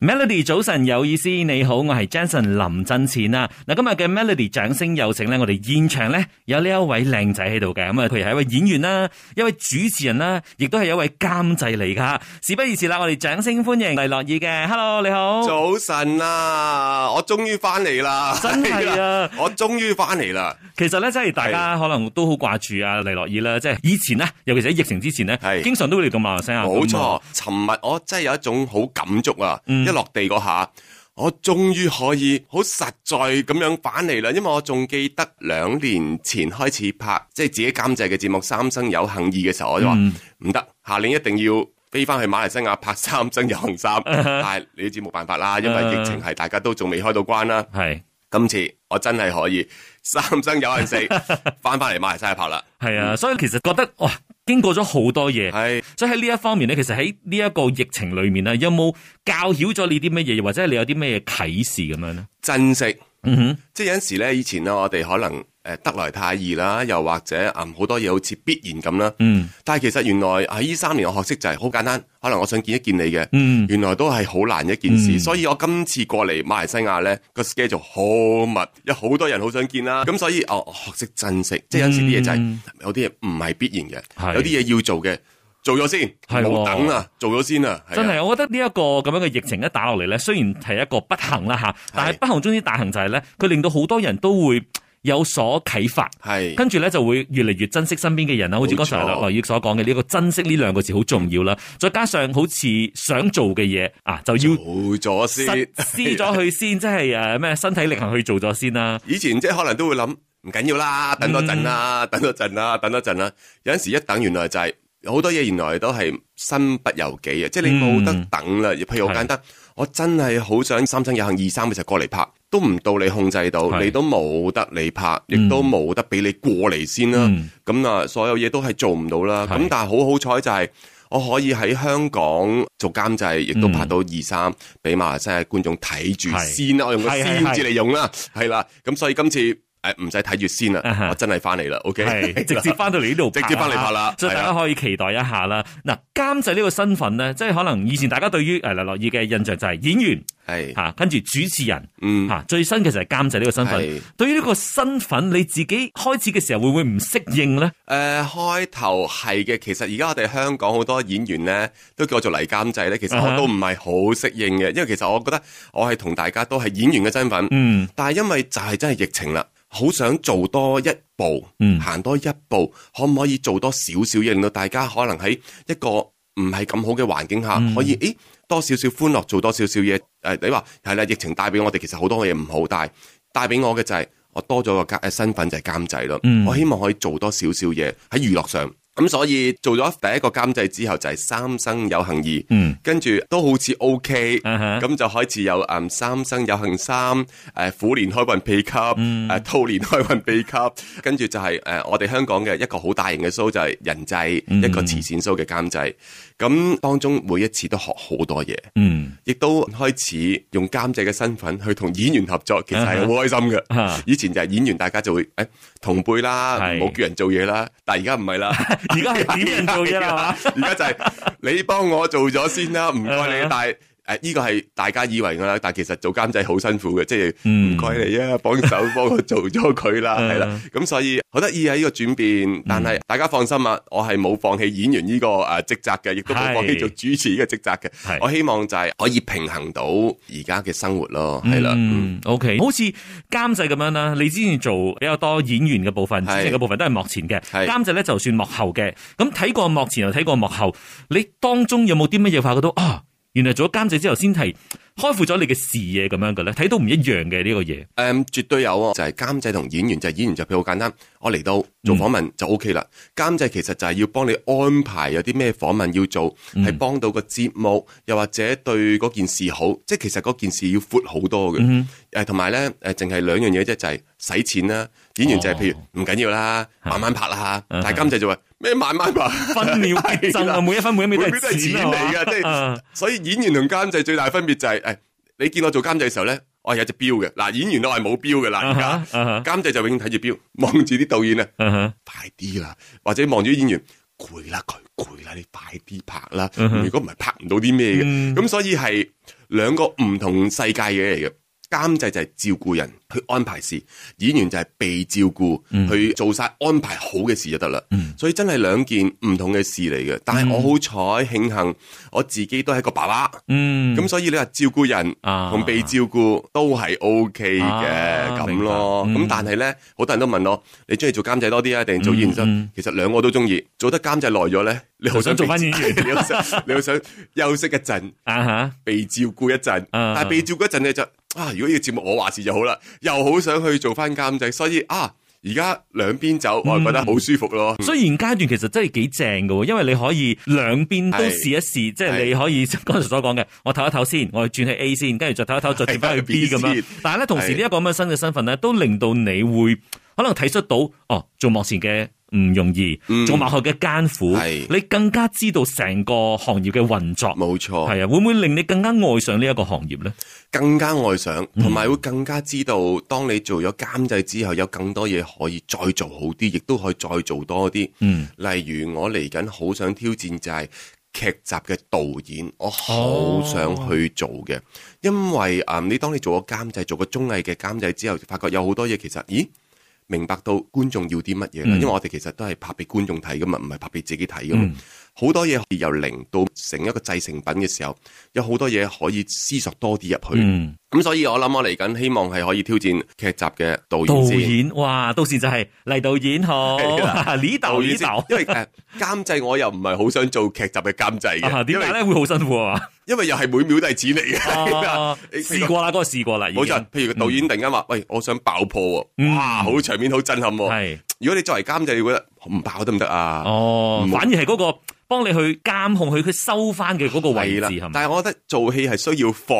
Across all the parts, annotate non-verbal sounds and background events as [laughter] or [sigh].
Melody 早晨有意思，你好，我係 Jason 林振前啊。嗱，今日嘅 Melody 掌聲有請咧，我哋現場咧有呢一位靚仔喺度嘅，咁啊，佢係一位演員啦，一位主持人啦，亦都係一位監製嚟噶。事不宜遲啦，我哋掌聲歡迎黎諾懿嘅，Hello，你好。早晨啊！我終於翻嚟啦，哦真係啊 [laughs] 我終於翻嚟啦，其實咧，即係大家可能都好掛住啊黎諾懿啦，即係以前呢，尤其是喺疫情之前呢，係經常都會嚟到馬來西亞。冇咁啊，嗯錯。尋日我真係有一種好感觸啊！一落地嗰下，我終於可以好實在咁樣翻嚟啦，因為我仲記得兩年前開始拍即係自己監製嘅節目《三生有幸二》嘅時候，我就話嗯唔得，下年一定要。飛翻去馬來西亞拍《三生有幸三》， [laughs] 但係你知冇辦法啦，因為疫情係大家都仲未開到關啦。係今次我真係可以三生有幸四，翻翻嚟馬來西亞拍啦。係啊，所以其實覺得哇，經過咗好多嘢。係所以喺呢一方面咧，其實喺呢一個疫情裏面咧，有冇教曉咗你啲乜嘢，或者係你有啲咩啟示咁樣咧？珍惜，嗯哼，即係有陣時咧，以前咧我哋可能誒得來太易啦，又或者啊好多嘢好似必然咁啦。嗯，但係其實原來喺呢三年我學識就係好簡單，可能我想見一見你嘅，嗯原來都係好難一件事。嗯所以我今次過嚟馬來西亞咧個 schedule 好密，有好多人好想見啦。咁所以哦，我學識珍惜，即係有陣時啲嘢就係、嗯有啲嘢唔係必然係嘅，有啲嘢要做嘅，做咗先，係冇喎等啊，做咗先啊，係啊真係，我覺得呢一個咁樣嘅疫情一打落嚟咧，雖然係一個不幸啦吓，但係不幸中之大幸就係咧，佢令到好多人都會有所啟發。係。跟住咧就會越嚟越珍惜身邊嘅人啦，好似冇剛錯才劉諾懿所講嘅呢個珍惜呢兩個字好重要啦。再加上好似想做嘅嘢啊，就要冇咗實先。施咗佢先，即係誒咩身體力行去做咗先啦。以前即係可能都會諗唔緊要啦，等多陣啦，嗯等多陣啦，等多陣啦。有陣時一等，原來就係、好多嘢原來都係身不由己啊嘅，即係你冇得等嗯啦。譬如好簡單，我真係好想三生有幸二三嘅時候過嚟拍，都唔到你控制到，係你都冇得你拍，亦都冇得俾你過嚟先啦嗯。咁啊、所有嘢都係做唔到啦。係咁但係好好彩就係、我可以喺香港做監製，亦都嗯拍到二三，俾馬來西亞觀眾睇住係先啦。我用個係係先係字嚟用啦，係啦，咁所以今次誒唔使睇住先啊哈啦，我真 [laughs] 係翻嚟啦，OK，係 [laughs] 直接翻到嚟呢度，直接翻嚟拍啦所以大係家啊可以期待一下啦。嗱，監製呢個身份咧，即係可能以前大家對於誒呃黎諾懿嘅印象就係演員係，嚇，跟住主持人嗯，嚇，最新嘅就係監製呢個身份係。對於呢個身份，你自己開始嘅時候會唔會唔適應咧？誒開頭係嘅，其實而家我哋香港好多演員咧都叫我做黎監製咧，其實啊哈我都唔係好適應嘅，因為其實我覺得我係同大家都係演員嘅身份，嗯，但係因為就係真係疫情啦，好想做多一步嗯，行多一步，可唔可以做多少少嘢，令到大家可能喺一個唔係咁好嘅環境嗯下，可以誒多少少歡樂，做多少少嘢。誒、你話係啦，疫情帶俾我哋其實好多嘢唔好，但係帶俾我嘅就係、我多咗個監身份就係監製咯。嗯我希望可以做多少少嘢喺娛樂上。咁所以做咗第一個監製之後就係、三生有幸二，嗯跟住都好似 O K，啊哈咁就開始有嗯三生有幸三，誒、虎年開運秘笈，誒、呃兔年開運秘笈，跟住就係、呃我哋香港嘅一個好大型嘅 show 就係人際、一個慈善 show 嘅監製，咁當中每一次都學好多嘢，嗯。亦都開始用監製嘅身份去同演員合作，其實係好開心嘅。啊以前就係演員，大家就會誒、哎同輩啦，係唔好叫人做嘢啦，但係而家唔係啦。而家係點人 [laughs] 做嘢啊啦？係嘛？而家就係你幫我做咗先啦，唔該啊你。但係誒呢個係大家以為㗎啦，但係其實做監製好辛苦嘅，即係唔嗯該你啊，幫手幫我做咗 [laughs] 佢啦，係啦。咁所以好得意啊呢個轉變，但嗯係大家放心啊，我係冇放棄演員呢個誒職責嘅，亦都係冇放棄做主持呢個職責係嘅。我希望就係可以平衡到而家嘅生活咯，係啦。嗯嗯，OK，好似監製咁樣啦，你之前做比較多演員嘅部分，主係持嘅部分都係幕前嘅，係監製咧就算幕後嘅。咁睇過幕前又睇過幕後，你當中有冇啲乜嘢發覺到啊？原來做咗監製之後先係開闊咗你嘅視野咁樣嘅咧，睇到唔一樣嘅呢個嘢。[laughs] 誒、絕對有啊！就係、監製同演員，就係、演員就譬如好簡單，我嚟到做訪問就 O K 啦。監製其實就係要幫你安排有啲咩訪問要做，係、幫到個節目，又或者對嗰件事好，即係其實嗰件事要闊好多嘅。誒、同埋咧誒，淨係兩樣嘢啫，就係、使錢啦。演員就係譬如唔緊要啦，慢慢拍啦，但係監製就話咩慢慢拍，分秒必爭啊，每一分每一秒都每秒係都啊係錢錢嚟嚟嘅，即係所以演員同監製最大分別就係、誒、哎你見我做監製嘅時候咧，我係有隻表嘅，嗱演員我係冇表嘅啦，而啊哈啊哈家監製就永遠睇住表，望住啲導演啊，係快啲啦，或者望住啲演員。攰啦佢，攰啦，你快啲拍啦！如果唔係拍唔到啲咩嘅，咁、所以係兩個唔同世界嘅嘢嚟嘅。監製就係照顧人去安排事，演員就係被照顧，去做晒安排好嘅事就得啦。所以真係兩件唔同嘅事嚟嘅。但係我好彩慶幸，我自己都係一個爸爸，咁、嗯，所以你話照顧人啊同被照顧都係 O K 嘅啊咁明白咯。咁、嗯但係咧，好多人都問我，你中意做監製多啲啊，定做演員多啲？嗯其實兩個都中意，做得監製耐咗咧，你好就 [laughs] 想做被返演員 [laughs] 你好想你好想休息一陣。啊吓，被照顧一陣，啊但係被照顧一陣你就啊，如果呢個節目我話事就好啦，又好想去做翻監製，所以啊，而家兩邊走，我係覺得好舒服咯。嗯雖然階段其實真係幾正㗎喎，因為你可以兩邊都係試一試，即係係你可 [laughs] 以剛才所講嘅，我唞一唞先，我轉去 A 先，跟住再唞一唞，再轉翻去 B 係咁樣先。但係咧，同時係呢一個咁嘅新嘅身份咧，都令到你會可能睇出到哦，做幕前嘅唔容易，嗯做幕後嘅艱苦，係你更加知道成個行業嘅運作。冇錯，係啊，會唔會令你更加愛上呢一個行業咧？更加愛上，嗯同埋會更加知道，當你做咗監製之後，有更多嘢可以再做好啲，亦都可以再做多啲。嗯，例如我嚟緊好想挑戰就係劇集嘅導演，我哦好想去做嘅，因為啊、嗯你當你做個監製，做個綜藝嘅監製之後，發覺有好多嘢其實，咦？明白到觀眾要啲乜嘢啦，嗯因為我哋其實都係拍俾觀眾睇噶嘛，唔係拍俾自己睇噶嘛嗯。好、多嘢由零到成一個製成品嘅時候，有好多嘢可以思索多啲入去。嗯，咁所以我諗我嚟緊希望係可以挑戰劇集嘅導導演先。演哇，到時就係黎導演好，係啦 [laughs] 呢導導呢演先導，因 [laughs] 為誒監製我又唔係好想做劇集嘅監製啊，嘅，點因解為咧會好辛苦啊？因為又係每秒都係錢嚟哦嘅。 [laughs] 你譬如試過嗯啦，嗰個試過啦，已經冇錯，譬如個導演突然間話：，喂，我想爆破喎，哇，好場面好震撼嗯喎。係如果你作為監製，你覺得唔爆得唔得啊？哦，唔好反而係嗰個幫你去監控佢，佢收翻嘅嗰個位係置啦係，咪？但係我覺得做戲係需要放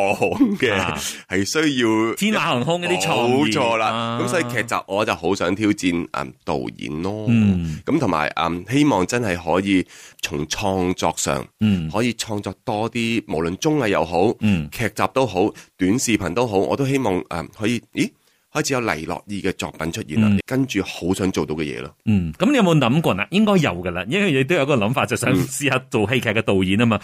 嘅啊，係需要天馬行空嗰啲創意冇哦錯啦啊，咁所以劇集我就好想挑戰嗯導演咯嗯，咁同埋嗯希望真係可以從創作上嗯可以創作多啲，無論綜藝又好，嗯劇集都好，短視頻都好，我都希望嗯可以，咦開始有黎諾懿嘅作品出現啦，嗯跟住好想做到嘅嘢咯。嗯，咁你有冇諗過啦？應該有㗎啦，因為你都有個諗法，就想嗯試下做戲劇嘅導演啊嘛。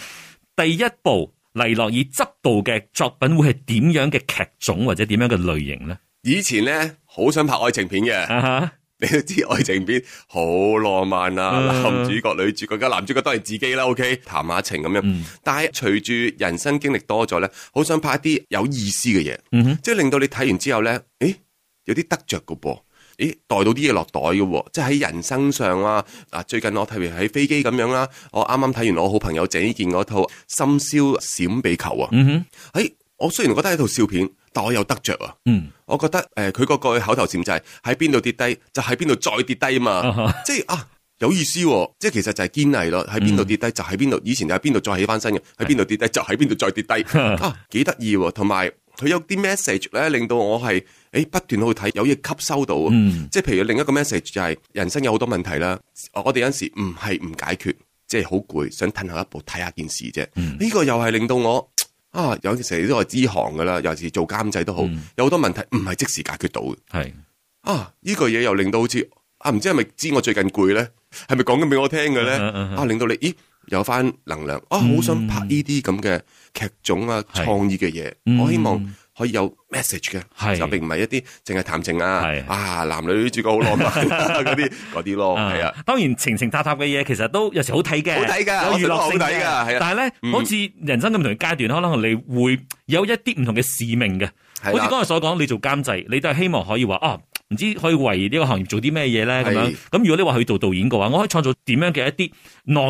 第一部黎諾懿執導嘅作品會係點樣嘅劇種或者點樣嘅類型咧？以前呢，好想拍愛情片嘅。啊哈， [laughs] 你都知愛情片好浪漫啊，嗯男主角、女主角，咁男主角當然自己啦，OK，談下情咁樣。嗯但係隨住人生經歷多咗咧，好想拍一啲有意思嘅嘢，嗯哼，即係令到你睇完之後咧，誒有啲得着嘅噃。咦，袋到啲嘢落袋嘅喎，即係喺人生上啦、啊。最近我睇完喺飛機咁樣啦，我啱啱睇完我好朋友鄭伊健嗰套《深宵閃避球》啊。嗯哼，誒、我雖然覺得係一套笑片，但我有得着啊。嗯。我覺得誒，佢嗰個口頭禪就係喺邊度跌低，就喺邊度再跌低啊啊嘛哈，即係啊有意思喎、即係其實就係堅毅咯，喺嗯邊度跌低就喺邊度，以前就喺邊度再起翻身嘅，喺邊度跌低就喺邊度再 [laughs] 跌低，啊幾得意喎，同埋佢有啲 message 咧，令到我係誒不斷去睇，有嘢吸收到啊，嗯即係譬如另一個 message 就係、人生有好多問題啦，我哋有陣時唔係唔解決，即係好攰，想褪後一步睇下件事啫，呢、個又係令到我。啊，有時都係知行噶啦，尤其是做監製都好，有好多問題唔係即時解決到嘅。係，啊，呢個嘢又令到好似啊，唔知係咪知我最近攰咧，係咪講緊俾我聽嘅咧？嗯嗯嗯啊，令到你咦有翻能量啊，好想拍呢啲咁嘅劇種啊，係創意嘅嘢，嗯我希望。可以有 message 係嘅，就並唔係一啲淨係談情啊係，啊男女主角好浪漫啊 [laughs] 嗰啲嗰啲咯，係啊，，當然情情塔塔嘅嘢其實都有時好睇嘅，好睇有娛樂性㗎我覺得好睇㗎係啊但係咧，嗯好似人生咁唔同嘅階段，可能你會有一啲唔同嘅使命嘅。係好似啦剛才所講，你做監製，你都係希望可以話啊，唔知可以為呢個行業做啲咩嘢咧咁樣係。咁如果你話去做導演嘅話，我可以創造點樣嘅一啲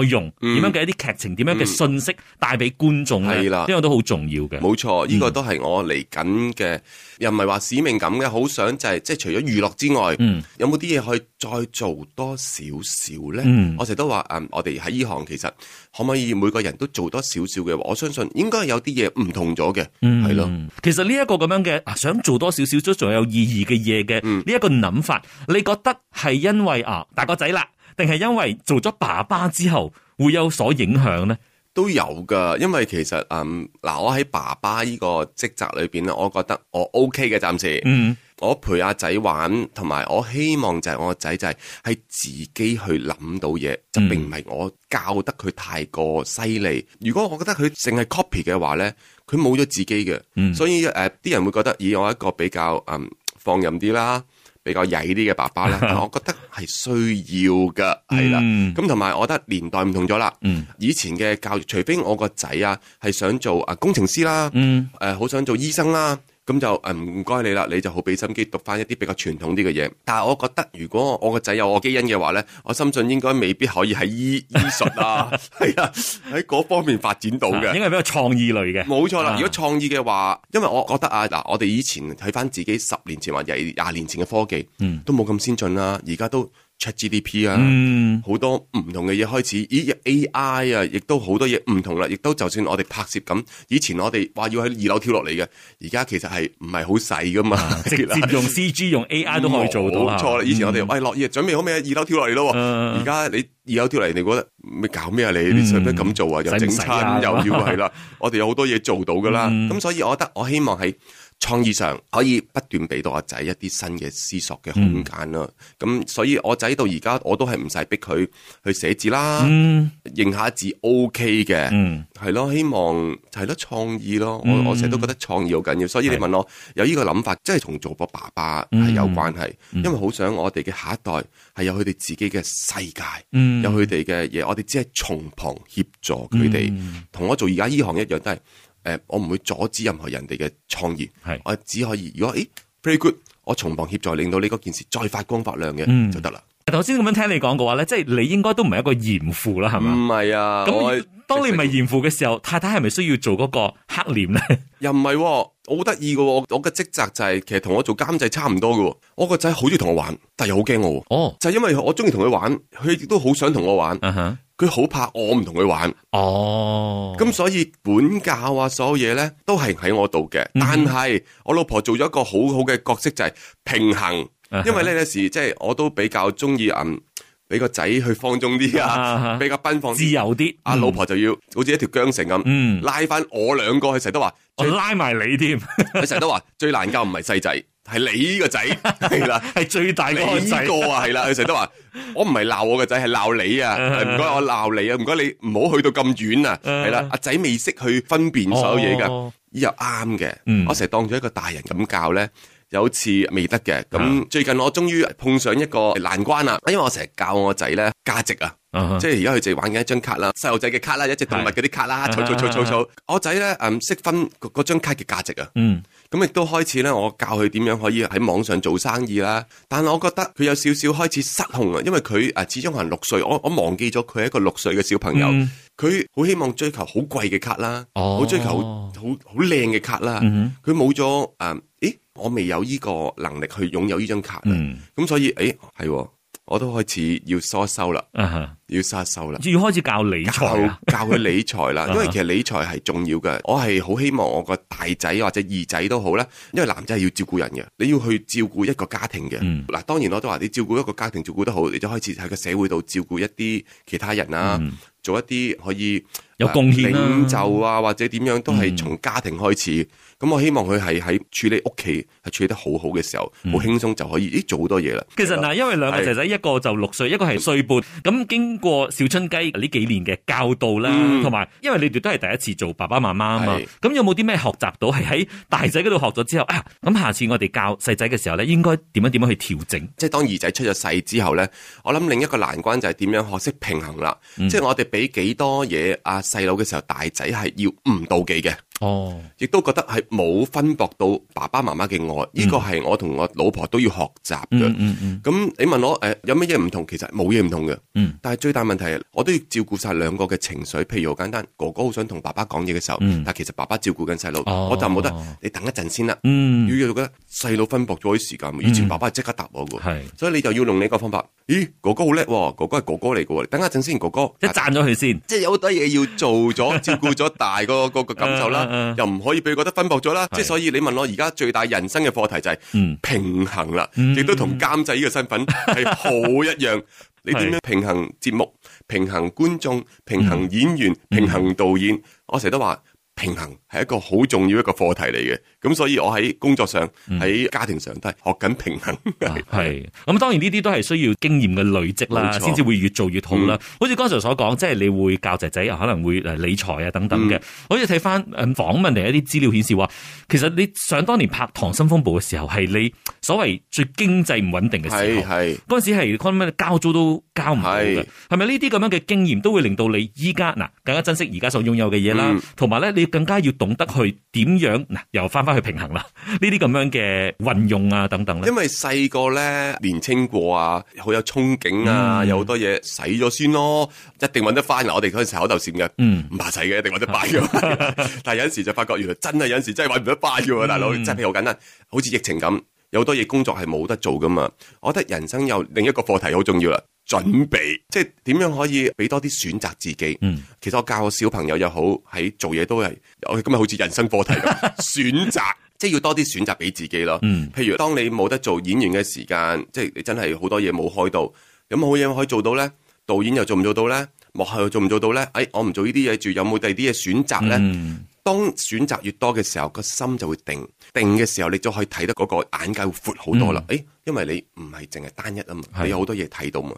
內容，嗯點樣嘅一啲劇情，點樣嘅信息帶俾觀眾咧，係啦呢個都嗯好重要嘅。冇錯，呢個都係我嚟緊嘅，又唔係話使命感嘅，好想就係即係除咗娛樂之外，嗯有冇啲嘢可以再做多少少咧？嗯我成日都話誒，我哋喺呢行其實可唔可以每個人都做多少少嘅話？我相信應該有啲嘢唔同咗嘅，嗯係咯、其實呢一個咁樣嘅啊想做多少少都仲有意義嘅嘢嘅嗯呢一個諗法，你覺得係因為啊大個仔啦，定係因為做咗爸爸之後會有所影響呢？都有噶，因為其實嗯嗱，我喺爸爸呢個職責裏邊咧，我覺得我 OK 嘅暫時。嗯我陪阿仔玩，同埋我希望就係我個仔就係係自己去諗到嘢，就嗯並唔係我教得佢太過犀利。如果我覺得佢淨係 copy 嘅話呢，佢冇咗自己嘅，嗯所以诶啲、人會覺得，咦，我一個比較嗯放任啲啦，比較曳啲嘅爸 [laughs] 爸啦，但我覺得係需要噶，係啦。嗯咁同埋我覺得年代唔同咗啦，嗯以前嘅教育，除非我個仔啊係想做啊工程師啦，誒嗯好、想做醫生啦。咁就誒唔該你啦，你就好俾心機讀翻一啲比較傳統啲嘅嘢。但係我覺得，如果我個仔有我基因嘅話咧，我深信應該未必可以喺 [laughs] 醫醫術啊，係啊，喺嗰方面發展到啊嘅應。該係比較創意類嘅，冇錯啦啊，如果創意嘅話，因為我覺得啊，嗱，我哋以前睇翻自己十年前或者廿年前嘅科技，嗯都冇咁先進啦，而家都 ChatGDP 啊。 [laughs] 嗯好多唔同嘅嘢開始，咦 AI 啊，亦都好多嘢唔同啦，亦都就算我哋拍攝咁，以前我哋話要喺二樓跳落嚟嘅，而家其實係唔係好細噶嘛，啊直接用 C G 用 A I 都可以做到嗯冇錯啦，以前我哋嗯喂落嘢準備好未啊？二樓跳落嚟咯喎，嗯而家你二樓跳落嚟，你覺得咩搞咩啊？你嗯你使唔使咁做啊？又使整唔使啊餐又要係 [laughs] 啦，我哋有好多嘢做到噶啦，嗯咁所以我覺得我希望喺創意上可以不斷俾到阿仔一啲新嘅思索嘅嗯空間啦。咁所以我仔到而家我都係唔使逼佢去寫字啦，嗯認下字 OK 嘅。嗯係咯，希望係咯創意咯，我我成日都覺得創意好緊要，所以你問我有呢個諗法，真係同做個爸爸嗯係有關係，因為好想我哋嘅下一代係有佢哋自己嘅世界，嗯有佢哋嘅嘢，我哋只係從旁協助佢哋，嗯同我做而家呢行一樣，都係誒，我唔會阻止任何人哋嘅創意係，我只可以如果誒 very good，我從旁協助，令到呢嗰件事再發光發亮嗯嘅就得啦。頭先咁樣聽你講嘅話咧，即係你應該都唔係一個嚴父啦，係唔嘛？係啊，我咁當你唔係嚴父嘅時候，太太係咪需要做嗰個黑臉咧？又唔係喎，我好得意嘅喎，我我嘅職責就係、其實同我做監製差唔多嘅喎。我個仔好中意同我玩，但又好驚我喎，哦，就係因為我中意同佢玩，佢亦都好想同我玩， [laughs] 啊哈，佢好怕我唔同佢玩，哦，咁、所以管教啊所有嘢咧都係喺我度嗯嘅。但係我老婆做咗一個好好嘅角色就係、平衡，啊哈因為呢有時即係我都比較中意嗯俾個仔去放縱啲啊啊哈，比較奔放自啲。由啲，阿老婆就要好似一條缰繩咁，嗯，拉翻我兩個，佢成日都話我拉埋你添， [laughs] [laughs] 佢成日都話最難教唔係細仔，係你個仔 [laughs] 係啦。係最大你嗰個呢仔，個啊，係啦，佢成日都話：我唔係鬧我個仔，係鬧 [laughs] 你啊！唔該，我鬧你啊！唔該，你唔好去到咁遠啊！係啦，阿仔未識去分辨所有嘢㗎，嗯哦呢又啱嗯嘅。我成日當咗一個大人咁教咧，有次未得嘅。啊咁最近我終於呃碰上一個難關啦，因為我成日教我仔咧價值啊。啊哈即係而家佢就玩緊一張卡啦，細路仔嘅卡啦，一隻動物嗰啲卡啊啦，儲儲儲儲儲。我仔咧，嗯，識分嗰嗰張卡嘅價值啊。嗯咁亦都開始咧，我教佢點樣可以喺網上做生意啦。但我覺得佢有少少開始失控啊，因為佢啊始終可能六歲，我我忘記咗佢係一個六歲嘅小朋友嗯，佢好、希望追求好貴嘅卡啦，好、哦追求好好好靚嘅卡啦。嗯佢冇咗啊，咦，我未有呢個能力去擁有呢張卡啊，咁、嗯所以誒係喎，我都開始要疏收啦，啊哈，要沙收啦。要開始教理教財啊，，教佢理財啦 [laughs] 啊因為其實理財係重要嘅。我係好希望我個大仔或者二仔都好啦，因為男仔係要照顧人嘅，你要去照顧一個家庭嘅。嗯嗱、當然我都話你照顧一個家庭照顧得好，你就開始喺個社會度照顧一啲其他人啦，做一啲可以嗯有呃貢獻啦嗯領袖啊，或者點樣都係從家庭開始。咁、我希望佢係喺處理屋企係處理得好好嘅時候，嗯好輕鬆就可以咦做好多嘢啦。其實嗱，因為兩個係仔仔，一個就六歲，一個係歲半。咁經過小春雞呢幾年嘅教導啦，嗯同埋、因為你哋都係第一次做爸爸媽媽啊嘛係，咁有冇啲咩學習到係喺大仔嗰度學咗之後啊？咁下次我哋教細仔嘅時候咧，應該點樣點樣去調整？即係當二仔出咗世之後呢，我諗另一個難關就係點樣學識平衡啦。嗯即係我哋俾幾多嘢阿細佬嘅時候，大仔係要唔妒忌嘅，哦，亦都覺得係冇分薄到爸爸媽媽嘅愛。呢個係我同我老婆都要學習嘅。嗯嗯嗯，咁你問我誒、呃有乜嘢唔同？其實冇嘢唔同嘅。嗯但係最大問題係，我都要照顧晒兩個嘅情緒。譬如好簡單，哥哥好想同爸爸講嘢嘅時候，嗯但其實爸爸照顧緊細佬，哦我就冇得你等一陣先啦。嗯要覺得細佬分薄咗啲時間，以前爸爸係即刻答我嘅喎。嗯係所以你就要用你個方法。咦，哥哥好叻喎，哥哥係哥哥嚟嘅喎，等一陣先，哥哥。即係讚咗佢先。即係有好多嘢要做咗，照顧咗大個 [laughs] 個個感受啦嗯嗯嗯，又唔可以俾佢覺得分薄咗啦。係即係所以你問我而家最大人生嘅課題就係嗯平衡啦，嗯亦都同監製呢個 [laughs] 身份係好一樣。你點樣平衡節目、平衡觀眾、平衡演員、平衡導演？我成日都話。平衡係一個好重要一個課題嚟嘅。咁所以我喺工作上、喺家庭上都係學緊平衡。 [laughs] 系啊咁，當然呢啲都係需要經驗嘅累積啦，冇錯嗯先至會越做越好啦。好似剛才所講，即係你會教仔仔可能會诶理財啊等等嗯嘅。好似睇嗯翻诶访问嚟一啲資料顯示話，其實你想當年拍《溏心風暴》嘅時候，係你所謂最經濟唔穩定嘅時係候。係。嗰陣時係可能交租都交唔到嘅係，係咪呢啲咁樣嘅經驗都會令到你依家嗱更加珍惜而家所擁有嘅嘢啦嗯，同埋咧你更加要懂得去點樣嗱又翻翻去平衡啦，呢啲咁樣嘅運用啊等等咧，因為細個咧年青過啊，好有憧憬啊，嗯有好多嘢使咗先咯，一定揾得翻嗱。我哋嗰陣時口頭禪嘅，嗯唔怕使嘅，一定揾得翻嘅。 [laughs] 但係有陣時就發覺原來真係有陣時真係揾唔得翻嘅喎，大佬，嗯真係譬如好簡單，好似疫情咁，有好多嘢工作係冇得做噶嘛。我覺得人生有另一個課題好重要啦。準備即係點樣可以俾多啲選擇自己？嗯其實我教小朋友又好，喺做嘢都係，我今日好似人生課題 [laughs] 咁，選擇即係要多啲選擇俾自己咯。嗯。譬如當你冇得做演員嘅時間，即係你真係好多嘢冇開到，有冇好嘢可以做到呢？導演又做唔做到呢？幕後又做唔做到呢？哎，我唔做呢啲嘢住，有冇第二啲嘢選擇呢？嗯當選擇越多嘅時候，個心就會定，定嘅時候你就可以睇得嗰個眼界會闊好多啦。誒、因為你唔係淨係單一啊嘛，嗯係你有好多嘢睇到嘛，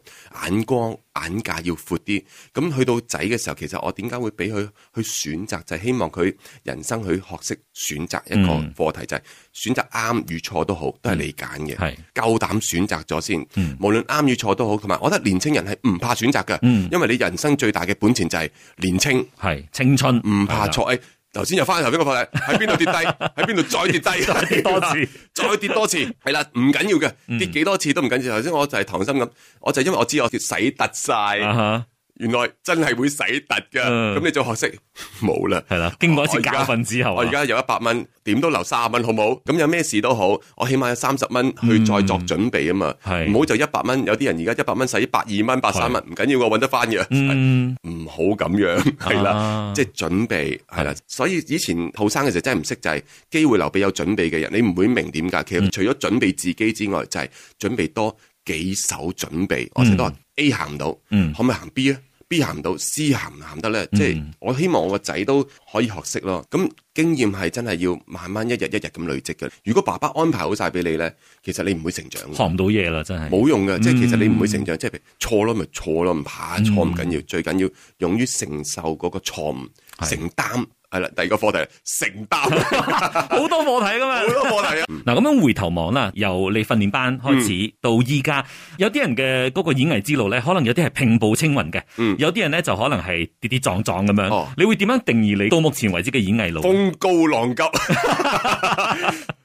眼光眼界要闊啲。咁去到仔嘅時候，其實我點解會俾佢去選擇，就係、希望佢人生去學識選擇一嗯個課題，就係、選擇啱與錯都好，都係你揀嘅。係夠膽選擇咗先，嗯無論啱與錯都好，同埋我覺得年青人係唔怕選擇嘅，嗯因為你人生最大嘅本錢就係年青。系青春，唔怕錯。誒，頭先又翻頭先個課題，喺邊 [laughs] 度跌低，喺邊度再跌低，再跌多次， [laughs] 嗯再跌多次，係啦，唔緊要嘅，跌幾多次都唔緊要。頭先我就係溏心咁，我就因為我知我洗突啊晒，哈，原來真係會洗突嘅，嗯咁你就學識冇啦。系啦，经过一次我而教家訓之後，啊我而家有一百蚊，點都留三十蚊好冇？咁有咩事都好，我起碼有三十蚊去再作準備啊嘛。嗯係唔好就一百蚊，有啲人而家一百蚊使百二蚊、百三蚊，唔緊要，我揾得翻嘅。嗯唔好咁樣，係啦啊，即係準備係啦。所以以前後生嘅時候真係唔識，就係機會留俾有準備嘅人，你唔會明點㗎。其實除咗準備自己之外，就係準備多幾手準備。我成日都話 A 行唔到，嗯可唔可以行 B 啊？B 行唔到，C 行唔行得咧？即係我希望我個仔都可以學識咯。咁經驗係真係要慢慢一日一日咁累積嘅。如果爸爸安排好晒俾你咧，其實你唔會成長嘅學唔到嘢啦，真係冇用嘅，即係其實你唔會成長，即係譬如錯咯咪錯咯，唔怕錯唔緊要，最緊要勇於承受嗰個錯誤，係承擔係啦。第二個課題係承擔，好多課題噶嘛好。多課題啊，嗱，咁樣回頭望啦，由你訓練班開始嗯到依家，有啲人嘅嗰個演藝之路咧，可能有啲係平步青雲嘅，嗯有啲人咧就可能係跌跌撞撞咁樣哦。你會點樣定義你到目前為止嘅演藝路？風高浪急，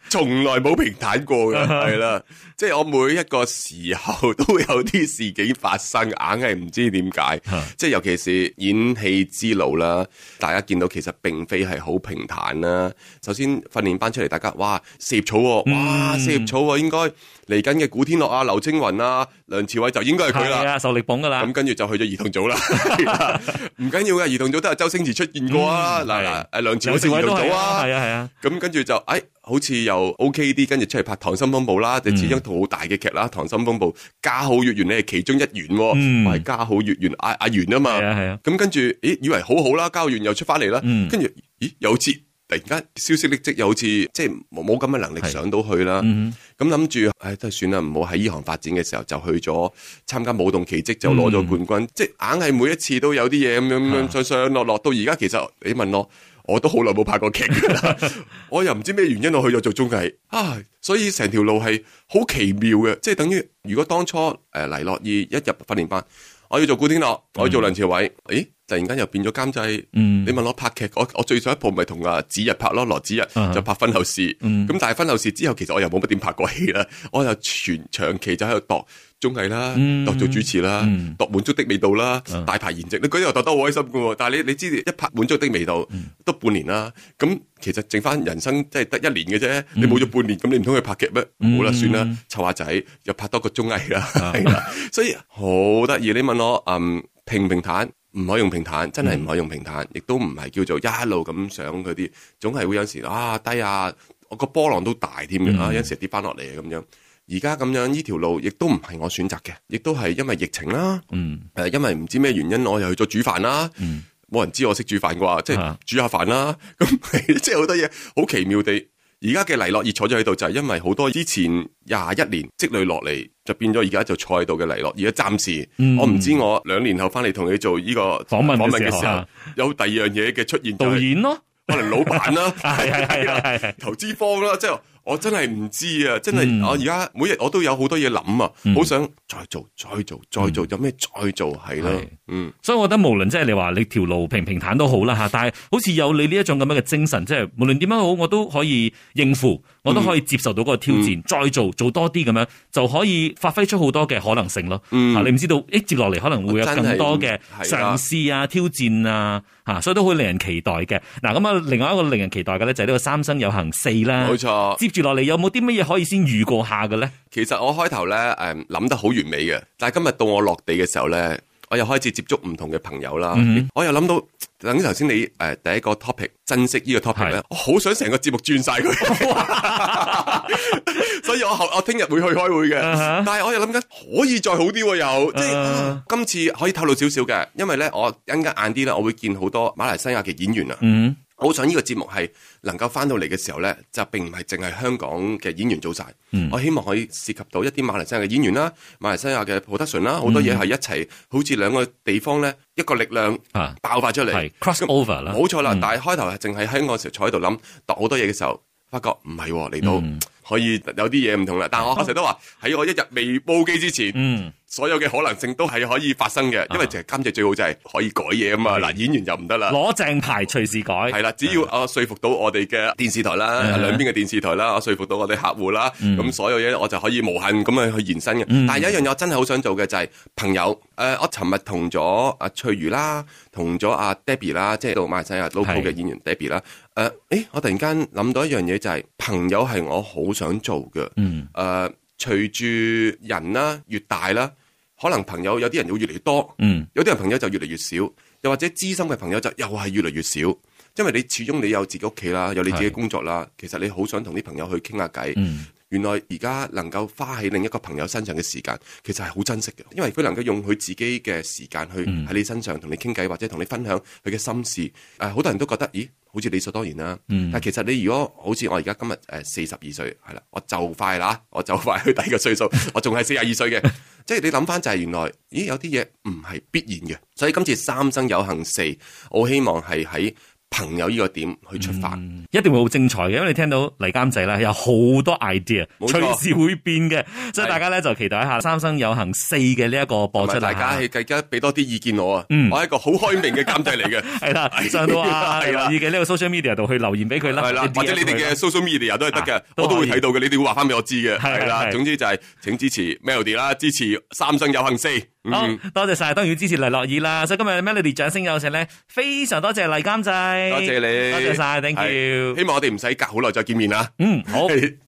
從來冇平坦過嘅，係啦。即係我每一個時候都有啲事件發生，硬係唔知點解。即係尤其是演戲之路啦，大家見到其實並非係好平坦啦。首先訓練班出嚟，大家哇四葉草喎、哇嗯四葉草喎、應該嚟緊嘅古天樂啊、劉青雲啊、梁朝偉就應該係佢係啦。啊，受力捧噶啦咁，跟住就去咗兒童組啦， [laughs] 唔緊要嘅，兒童組都係周星馳出現過啊，嗯嗱係嗱，誒梁朝有偉時都係位兒都童係組啊，啊係，啊係啊，咁跟住就，哎，好似又 OK 啲，跟住出嚟拍《溏心風暴》啦，嗯就始終套好大嘅劇啦，《溏心風暴》家好月圓你係其中一員喎，嗯我係家好月圓阿阿圓啊嘛係，啊係啊，咁跟住，咦，以為好好啦，家好月圓又出翻嚟啦嗯，跟住，咦，又好似突然間消息匿跡，又好似即係冇冇咁嘅能力係上到去啦，嗯咁諗住，唉，都係算啦，唔好喺呢行發展嘅時候就去咗參加舞動奇蹟，就攞咗冠軍，即係硬係每一次都有啲嘢咁樣啊咁上上落落，到而家其實你問我。我都好耐冇拍過劇㗎啦，我又唔知咩原因我去咗做綜藝啊，所以成條路係好奇妙嘅，即係等於如果當初誒、呃黎諾懿一入訓練班，我要做古天樂，我要做梁朝偉，咦，突然間又變咗監製，嗯你問我拍劇，我我最上一部咪同阿子日拍咯，羅子日啊就拍婚後事，咁、嗯但係婚後事之後，其實我又冇乜點拍過戲啦，我又全長期就喺度度綜藝啦，嗯度做主持啦，嗯度滿足的味道啦，嗯大牌筵席，你嗰啲又度得好開心嘅喎，但係你你知一拍滿足的味道、嗯都半年啦，咁其實剩翻人生即係得一年嘅啫，嗯你冇咗半年，咁你唔通去拍劇咩？好啦，算啦，湊下仔又拍多個綜藝啦， [laughs] 係啊啦，所以好得意。你問我，嗯，平唔平坦？唔可以用平坦，真係唔可以用平坦，亦都唔係叫做一路咁上嗰啲，總係會有時啊低啊，我個波浪都大添嘅，啊有時跌翻落嚟啊咁樣。而家咁樣呢條路亦都唔係呃我選擇嘅，亦都係因為疫情啦，誒、嗯因為唔知咩原因，我又去咗煮飯啦。嗯冇人知我識煮飯啩，即係啊煮下飯啦。 [laughs] 咁即係好多嘢好奇妙地，而家嘅黎諾葉坐咗喺度，就係因為好多之前廿一年積累落嚟，就變咗而家就坐喺度嘅黎諾。而家暫時，嗯我唔知我兩年後翻嚟同你做呢個訪問嘅時候時候啊，有第二樣嘢嘅出現，就導係演咯，可能老 [laughs] 闆啦，係係係係係 [laughs] 係投資方啦，即係我真係唔知啊！真係、嗯我而家每日我都有好多嘢諗啊，好想再做、再做、再做，有咩再做係啦係，嗯。所以我覺得無論即係你話你條路平平坦都好啦嚇，但係好似有你呢一種咁樣嘅精神，即係無論點樣好，我都可以應付，我嗯都可以接受到嗰個挑戰，再做做多啲咁樣，就可以發揮出好多嘅可能性咯。嗯啊你唔知道，誒接落嚟可能會有真係更多嘅係啦嘗試啊、挑戰啊嚇，所以都好令人期待嘅。嗱咁啊，另外一個令人期待嘅咧就係呢個三生有幸四啦。冇錯，接住落嚟有冇啲乜嘢可以先預告下嘅咧？其實我開頭咧誒諗得好完美嘅，但係今日到我落地嘅時候咧，我又開始接觸唔同嘅朋友啦。我又諗到，等頭先你誒、呃第一個 topic 珍惜呢個 topic 咧係，我好想成個節目轉晒佢， [laughs] 所以我後我聽日會去開會嘅。啊哈但係我又諗緊可以再好啲喎，又即係、啊今次可以透露少少嘅，因為咧我一陣間晏啲咧，我會見好多馬來西亞嘅演員啊。嗯，我好想呢個節目係能夠翻到嚟嘅時候呢，就並唔係淨係香港嘅演員做晒。嗯我希望可以涉及到一啲馬來西亞嘅演員啦、馬來西亞嘅 production 嗯啦，好多嘢係一齊，好似兩個地方呢，一個力量啊爆發出嚟。係 cross over 啦。嗯冇錯啦，但係開頭係淨係喺我時候坐喺度諗度好多嘢嘅時候，發覺唔係喎嚟到。嗯可以有啲嘢唔同啦，但係我我成日都話喺我一日未煲機之前，嗯，啊所有嘅可能性都係可以發生嘅，因為就係監製最好就係可以改嘢啊嘛。嗱，演員就唔得啦，攞正牌隨時改。系啦，只要我說服到我哋嘅電視台啦，嗯兩邊嘅電視台啦，我啊說服到我哋客戶啦，咁所有嘢我就可以無限咁樣去延伸嘅。嗯但係有一樣嘢我真係好想做嘅就係朋友。誒，我尋日同咗阿翠如啦，同咗阿 Debbie 啦，即係到馬來西亞 local 嘅演員 Debbie 啦。誒，誒，我突然間諗到一樣嘢就係朋友係我好想做嘅。嗯。誒，隨住人啦越大啦，可能朋友有啲人會越嚟越多。嗯有啲人朋友就越嚟越少，又或者知心嘅朋友就又係越嚟越少，因為你始終你有自己屋企啦，有你自己係工作啦，其實你好想同啲朋友去傾下偈。嗯原來而家能夠花喺另一個朋友身上嘅時間，其實係好珍惜嘅，因為佢能夠用佢自己嘅時間去嗯喺你身上同你傾偈，或者同你分享佢嘅心事。誒、好多人都覺得，咦，好似理所當然啦。嗯但其實你如果好似我而家今日誒四十二歲，係啦，我就快啦，我就快去第二個歲數，我仲係四十二歲嘅。即係你諗翻就係原來，咦，有啲嘢唔係必然嘅。所以今次三生有幸四，我希望係喺朋友呢個點去出發。一定會好精彩嘅，因為你聽到黎監製咧有好多 idea，冇錯隨時會變嘅，所以係大家咧就期待一下《三生有幸四》嘅呢一個播同出啦埋大 [laughs] 家係更加俾多啲意見我啊！嗯我係一個好開明嘅監製嚟 [laughs] 嘅， [laughs] 係啦，上到啊係留啦意嘅呢個 social media 度去留言俾啊佢啦，係啦，或者你哋嘅 social media 都係得啊嘅，都我可以都會睇到嘅，你哋會話翻俾我知嘅，係係啦。係總之就係請支持 Melody 啦，支持三生有幸四，好嗯，多謝晒，當然要支持黎樂意啦，所以今日 Melody 掌聲有請咧，非常多謝黎監製，多謝你，多謝晒，thank 係 you，希望我哋唔使隔好耐再見面啦。啊 [laughs] 嗯好。係